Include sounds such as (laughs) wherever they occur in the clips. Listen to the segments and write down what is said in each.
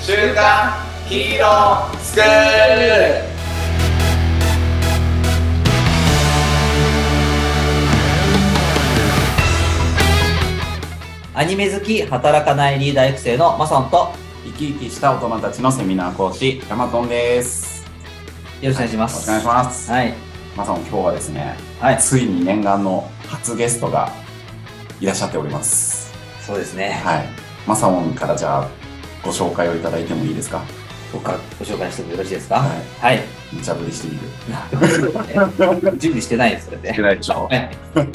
週刊ヒーロースクールアニメ好き働かないリーダー育成のマサンとよ生き生きした大人たちのセミナー講師ヤマトンですろしくお願いしまおす。願いしますはい。マサン今日はですねはい。ついに念願の初ゲストがいらっしゃっておりますそうですね。はいマサオンからじゃあご紹介をいただいてもいいですか僕からご紹介してもよろしいですかははい。無茶ぶりしてみる準備してないです、それで。ないでしょはい今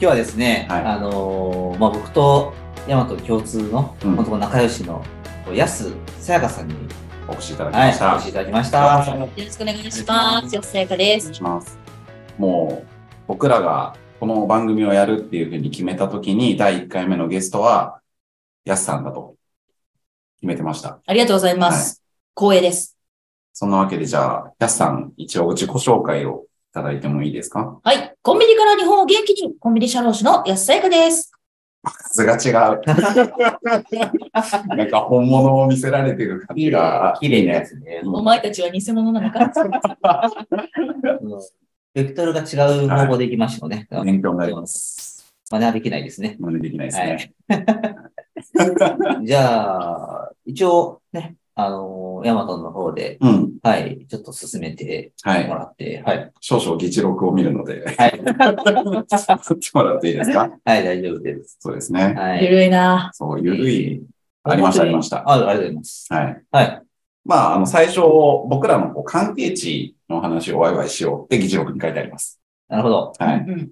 日はですね、はいあのーまあ、僕とヤマト共通の、うん本当仲良しの、ヤスさやかさんに、お越しいただきはまい、した、お越しいただきましおた。願いよろしくお願いします。吉田彩香です。しますもう僕らがこの番組をやるっていうふうに決めたときに第1回目のゲストはヤスさんだと決めてましたありがとうございます。光栄です。そんなわけで、じゃあ、ヤスさん、一応自己紹介をいただいてもいいで (laughs) すかはい。コンビニから日本を元気に、コンビニ社労士の安田彩香です。数が違う。なんか本物を見せられてる感じが。綺麗なや。つね。うんお前たちは偽物なのかうんベクトルが違う方法でいきましたので、ね勉強になります。真似はできないですね。真似できないですね。じゃあ、一応ね、あのー、ヤマトの方で、うん。はい、ちょっと進めてはもい。らって、はい。少々議事録を見るの (laughs) で、はい、撮ってもらっていいですかはい、大丈夫です。そうですね。はゆい。るいな。そう、ゆるい。ありました、ありました。あありがとうございます。はい。はい。まあ、あの、最初、僕らのこう関係値の話をワイワイしようって議事録に書いてあります。なるほど。はうい。ん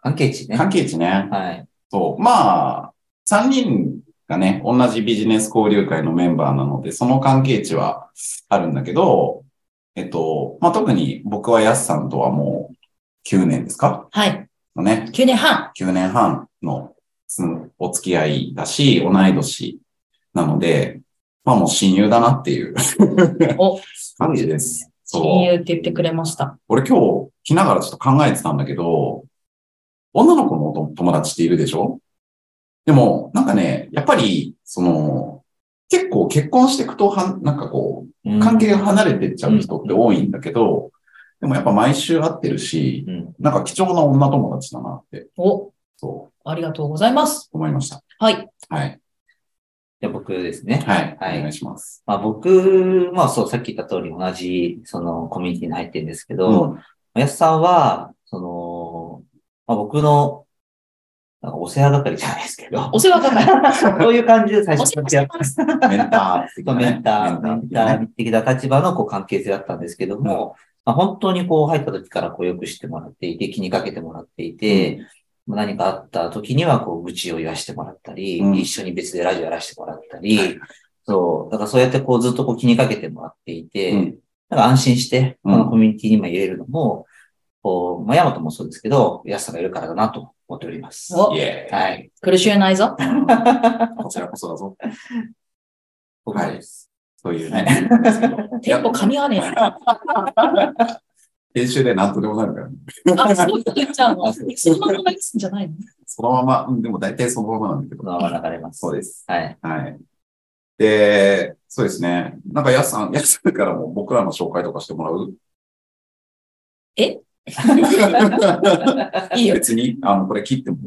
関係値ね。関係値ね。はい。そう。まあ、3人がね、同じビジネス交流会のメンバーなので、その関係値はあるんだけど、えっと、まあ特に僕はヤスさんとはもう9年ですかはい。のね、 9年半。 9年半のつお付き合いだし、同い年なので、まあもう親友だなっていうお (laughs) 感じです。そ親う。友って言ってくれました。俺今日来ながらちょっと考えてたんだけど、女の子のお友達っているでしょでも、なんかね、やっぱり、その、結構結婚していくとは、なんかこうう、ん関係が離れてっちゃう人って多いんだけど、でもやっぱ毎週会ってるし、うん。なんか貴重な女友達だなって、お、そありがとうございます。う、思いました。はい。はい。じゃあ僕ですね。はい。はいお願いします。まあ僕、まあそう、さっき言った通り同じ、その、コミュニティに入ってるんですけど、んおやすさんは、その、まあ僕の、なんかお世話係じゃないですけど、お世話かかそういう感じで最お初世から話やっします。メンター的なねメンター、メン的タなねー的な立場のこう関係性だったんですけども、まあ、本当にこう入った時からこうよく知ってもらっていて、気にかけてもらっていて、まあ何かあった時にはこう愚痴を言わしてもらったり、うん一緒に別でラジオやらせてもらったり、そう、だからそうやってこうずっとこう気にかけてもらっていて、うんなんか安心して、うこんのコミュニティに今入れるのも、こう、まあ、ヤマトもそうですけど、安さがいるからだなと思っております。はおイ (laughs) エーイい。苦しゅうないぞ。こちらこそだぞ。僕もです。そういう (laughs) ね。ですけどテンポ噛み合わねえな。編集で何とでもなるからね。あ、そういうこと言っちゃうの。あそそうのまま流すんじゃないのそのまま、うんでも大体そのままなんだけこど。のまま流れます。。そうですはい。はい。で、そうですね。なんか、やすさん、や (laughs) すさんからも僕らの紹介とかしてもらうえいいよ。 (laughs) 別に、あの、これ切ってもい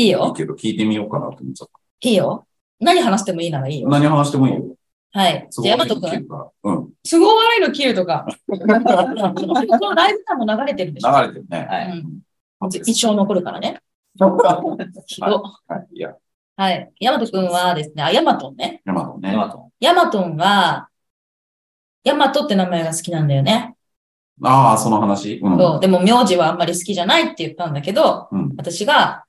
いいいよ。けど、聞いてみようかなと思っちゃっいいよ。何話してもいいならいいた。よ。何話してもいいよ。はい。じゃあ、ヤマトく君。ん。うん。都合悪いの切ると (laughs) か。このライブ感も流れてるでしょ。流れてるね。はい。うん、一生残るからね。はひどい。いや、はい。ヤマト君はですね、あ、ヤマトンね。ヤマトヤね。マト。ヤマトンは、ヤマトって名前が好きなんだよね。ああ、その話。うん。そう。でも名字はあんまり好きじゃないって言ったんだけど、うん私が、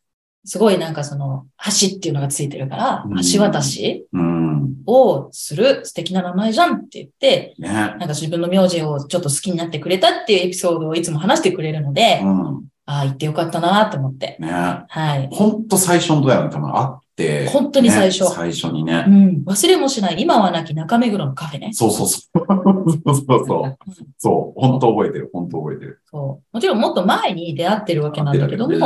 すごいなんかその、橋っていうのがついてるからうん、橋渡しうん。をする素敵な名前じゃんって言って、ね。なんか自分の名字をちょっと好きになってくれたっていうエピソードをいつも話してくれるので、うん。ああ、行ってよかったなと思って。ね。はい。ほんと最初のだよね、多分。あって。本当に最初ね最初にねう。ん。忘れもしない、今はなき中目黒のカフェね。そうそうそう。そうそうそう。そう。本当覚えてる。本当覚えてる。そう。もちろんもっと前に出会ってるわけなんだけど出会ってる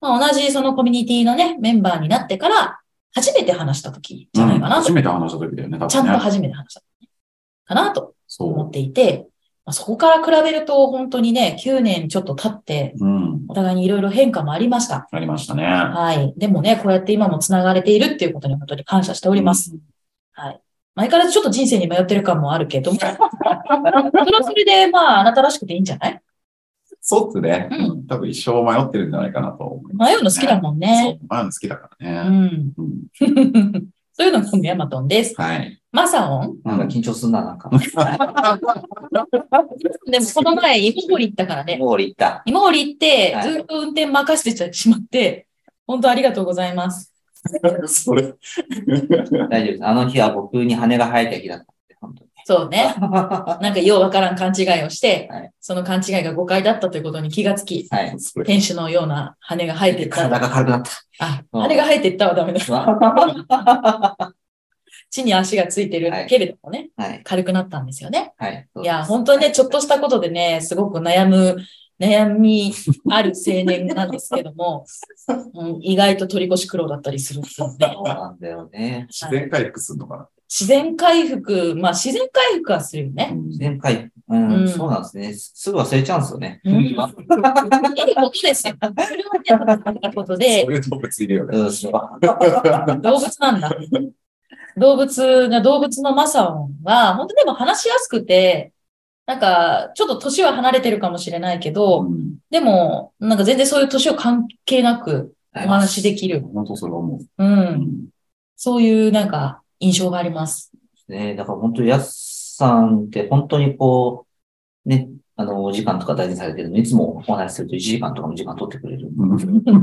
も、まあ、同じそのコミュニティのね、メンバーになってから、初めて話した時じゃないかなうんと。初めて話した時だよね、多分ね。ちゃんと初めて話した時かなと思そっていて、まあそこから比べると本当にね、9年ちょっと経って、う。うん。お互いにいろいろ変化もありました。ありましたね。はい。でもね、こうやって今も繋がれているっていうことに本当に感謝しております。はい。前からずちょっと人生に迷ってる感もあるけども、それはそれで、まあ、あなたらしくていいんじゃないそうっすね。うんうん多分一生迷ってるんじゃないかなと思います。迷うの好きだもんね。そう。迷うの好きだからうね。ん。 (laughs) うん。そういうのも今度ヤマトンです。はい。マサオンなんか緊張すんな、なんか。でもこの前、芋掘り行ったからね。 (laughs) もう俺行った。芋掘り行っては、いずっと運転任せてしまって、本当ありがとうございます。 (laughs) それ。大丈夫です。あの日は僕に羽が生えた日だったんで、本当に。そうね。 (laughs) なんかようわからん勘違いをして、はいその勘違いが誤解だったということに気がつき、はい。それ。天使のような羽が生えていった。体が軽くなった。あ、うんあれが生えていったはダメだ。 (laughs) (laughs) は地に足がついてるけれどもね、い。軽くなったんですよね。はい。いや、本当にね、ちょっとしたことでね、すごく悩む、悩みある青年なんですけど (laughs) も、うん、意外と取り越し苦労だったりするんですよね。そうなんだよね。自然回復するのか自然回復、まあ自然回復はするよな。ね。うん前回、う、うんんそうなんですね。すぐ忘れちゃうんですよね。うん、いいことですよ。それはね、いいことでそ、ういう動物いるよね。うん、そう。動物なんだ。動物が、動物のマサオンは、本当でも話しやすくて、なんか、ちょっと年は離れてるかもしれないけど、うんでも、なんか全然そういう年を関係なくお話しできる。本当それは思う。う。うんんそういう、なんか、印象があります。ね、だから本当にやすさんって本当にこう、ね、あの、お時間とか大事にされてるの、いつもお話しすると1時間とかの時間取ってくれるん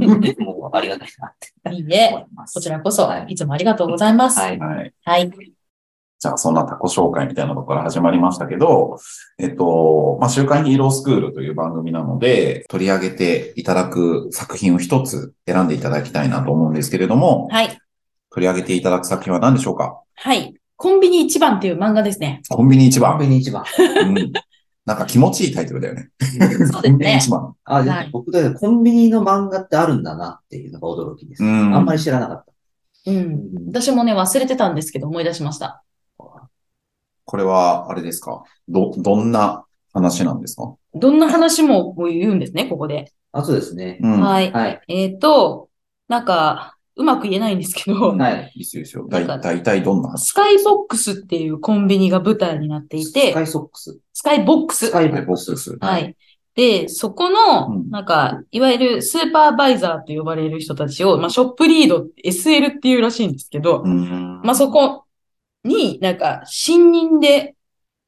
うんで、もうありがたいなっていいね。思います。こちらこそはい、いつもありがとうございます。はい。はい。はい。じゃあ、そんな他己紹介みたいなところから始まりましたけど、えっと、まあ、週刊ヒーロースクールという番組なので、取り上げていただく作品を一つ選んでいただきたいなと思うんですけれども、はい。取り上げていただく作品は何でしょうかはい。コンビニ一番っていう漫画ですね。コンビニ一番番。組一番。うんなんか気持ちいいタイトルだよね。そコうですンビニね。一番。あ、ではい僕だけどコンビニの漫画ってあるんだなっていうのが驚きです。うあんんまり知らなかった。うん。私もね、忘れてたんですけど、思い出しました。これは、あれですかど、どんな話なんですかどんな話ももう言うんですね、ここで。あとですね。うん。はい。はい。えっ、と、なんか、うまく言えないんですけど、はい。いいですよ、いいですよ。だいだいたいどんな話スカイボックスっていうコンビニが舞台になっていスてカ、イソックス。スカイボックス。スカイはいボックス。ははいい。で、そこのう、んなんか、いわゆるスーパーバイザーと呼ばれる人たちを、まあ、ショップリード、SL っていうらしいんですけど、うんまあ、そこになんか、新任で、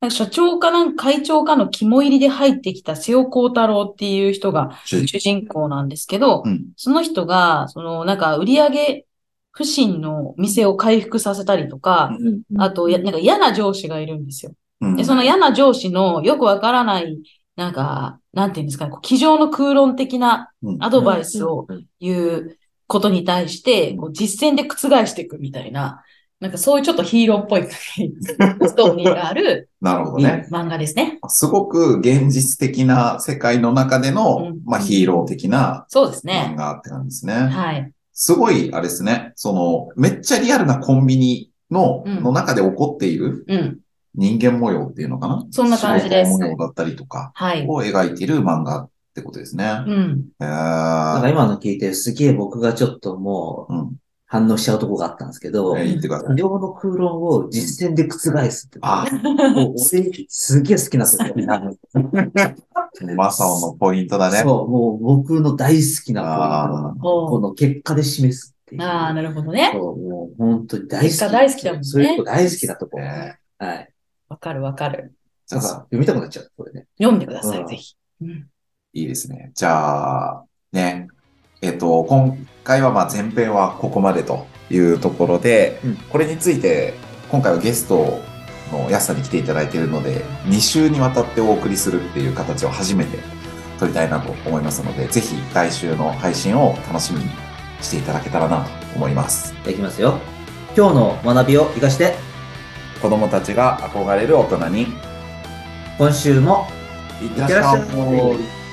なんか社長かなんか会長かの肝入りで入ってきた瀬尾幸太郎っていう人が主人主人公なんですけど、うん。その人が、その、なんか、売上不振の店を回復させたりとか、あと、やなんか嫌な上司がいるんですよ。うんで、その嫌な上司のよくわからない、なんか、なんていうんですかね、こう机上の空論的なうんアドバイスをうん言うことに対して、こう実践で覆していくみたいな、なんかそういうちょっとヒーローっぽい (laughs) ストーリーがあるなるほどね。漫画ですね。すごく現実的な世界の中での、うんまあ、ヒーロー的なそうで漫すね。画って感じですね。はい。すごい、あれですね。その、めっちゃリアルなコンビニの、うんの中で起こっているうん。人間模様っていうのかなそんな感じです仕事模様だったりとかはい。を描いている漫画ってことですね。 (laughs) うん。えなんーか今の聞いて、すげえ僕がちょっともううん。反応しちゃうとこがあったんですけど、えー言ってください。量の空論を実践で覆すって。あ、もう俺、すげえ好きなんですよ。マサオのポイントだね。そう、もう僕の大好きなあポイントがこおうの結果で示すっていう。ああ、なるほどね。そう、もう本当に大好き。結果大好きだもんねそういうとこ大好きなとこ。はい。ねわかるわかる。じなゃんかあ、読みたくなっちゃう、これね。読んでくださうんい、ぜひ。うん。いいですね。じゃあ、ね、えっと、今回はまあ前編はここまでというところで、うんこれについて、今回はゲストの安さんに来ていただいているので、2週にわたってお送りするっていう形を初めて撮りたいなと思いますので、ぜひ来週の配信を楽しみにしていただけたらなと思います。いきますよ。今日の学びを生かして、子供たちが憧れる大人に、今週もいっいってらっしゃい。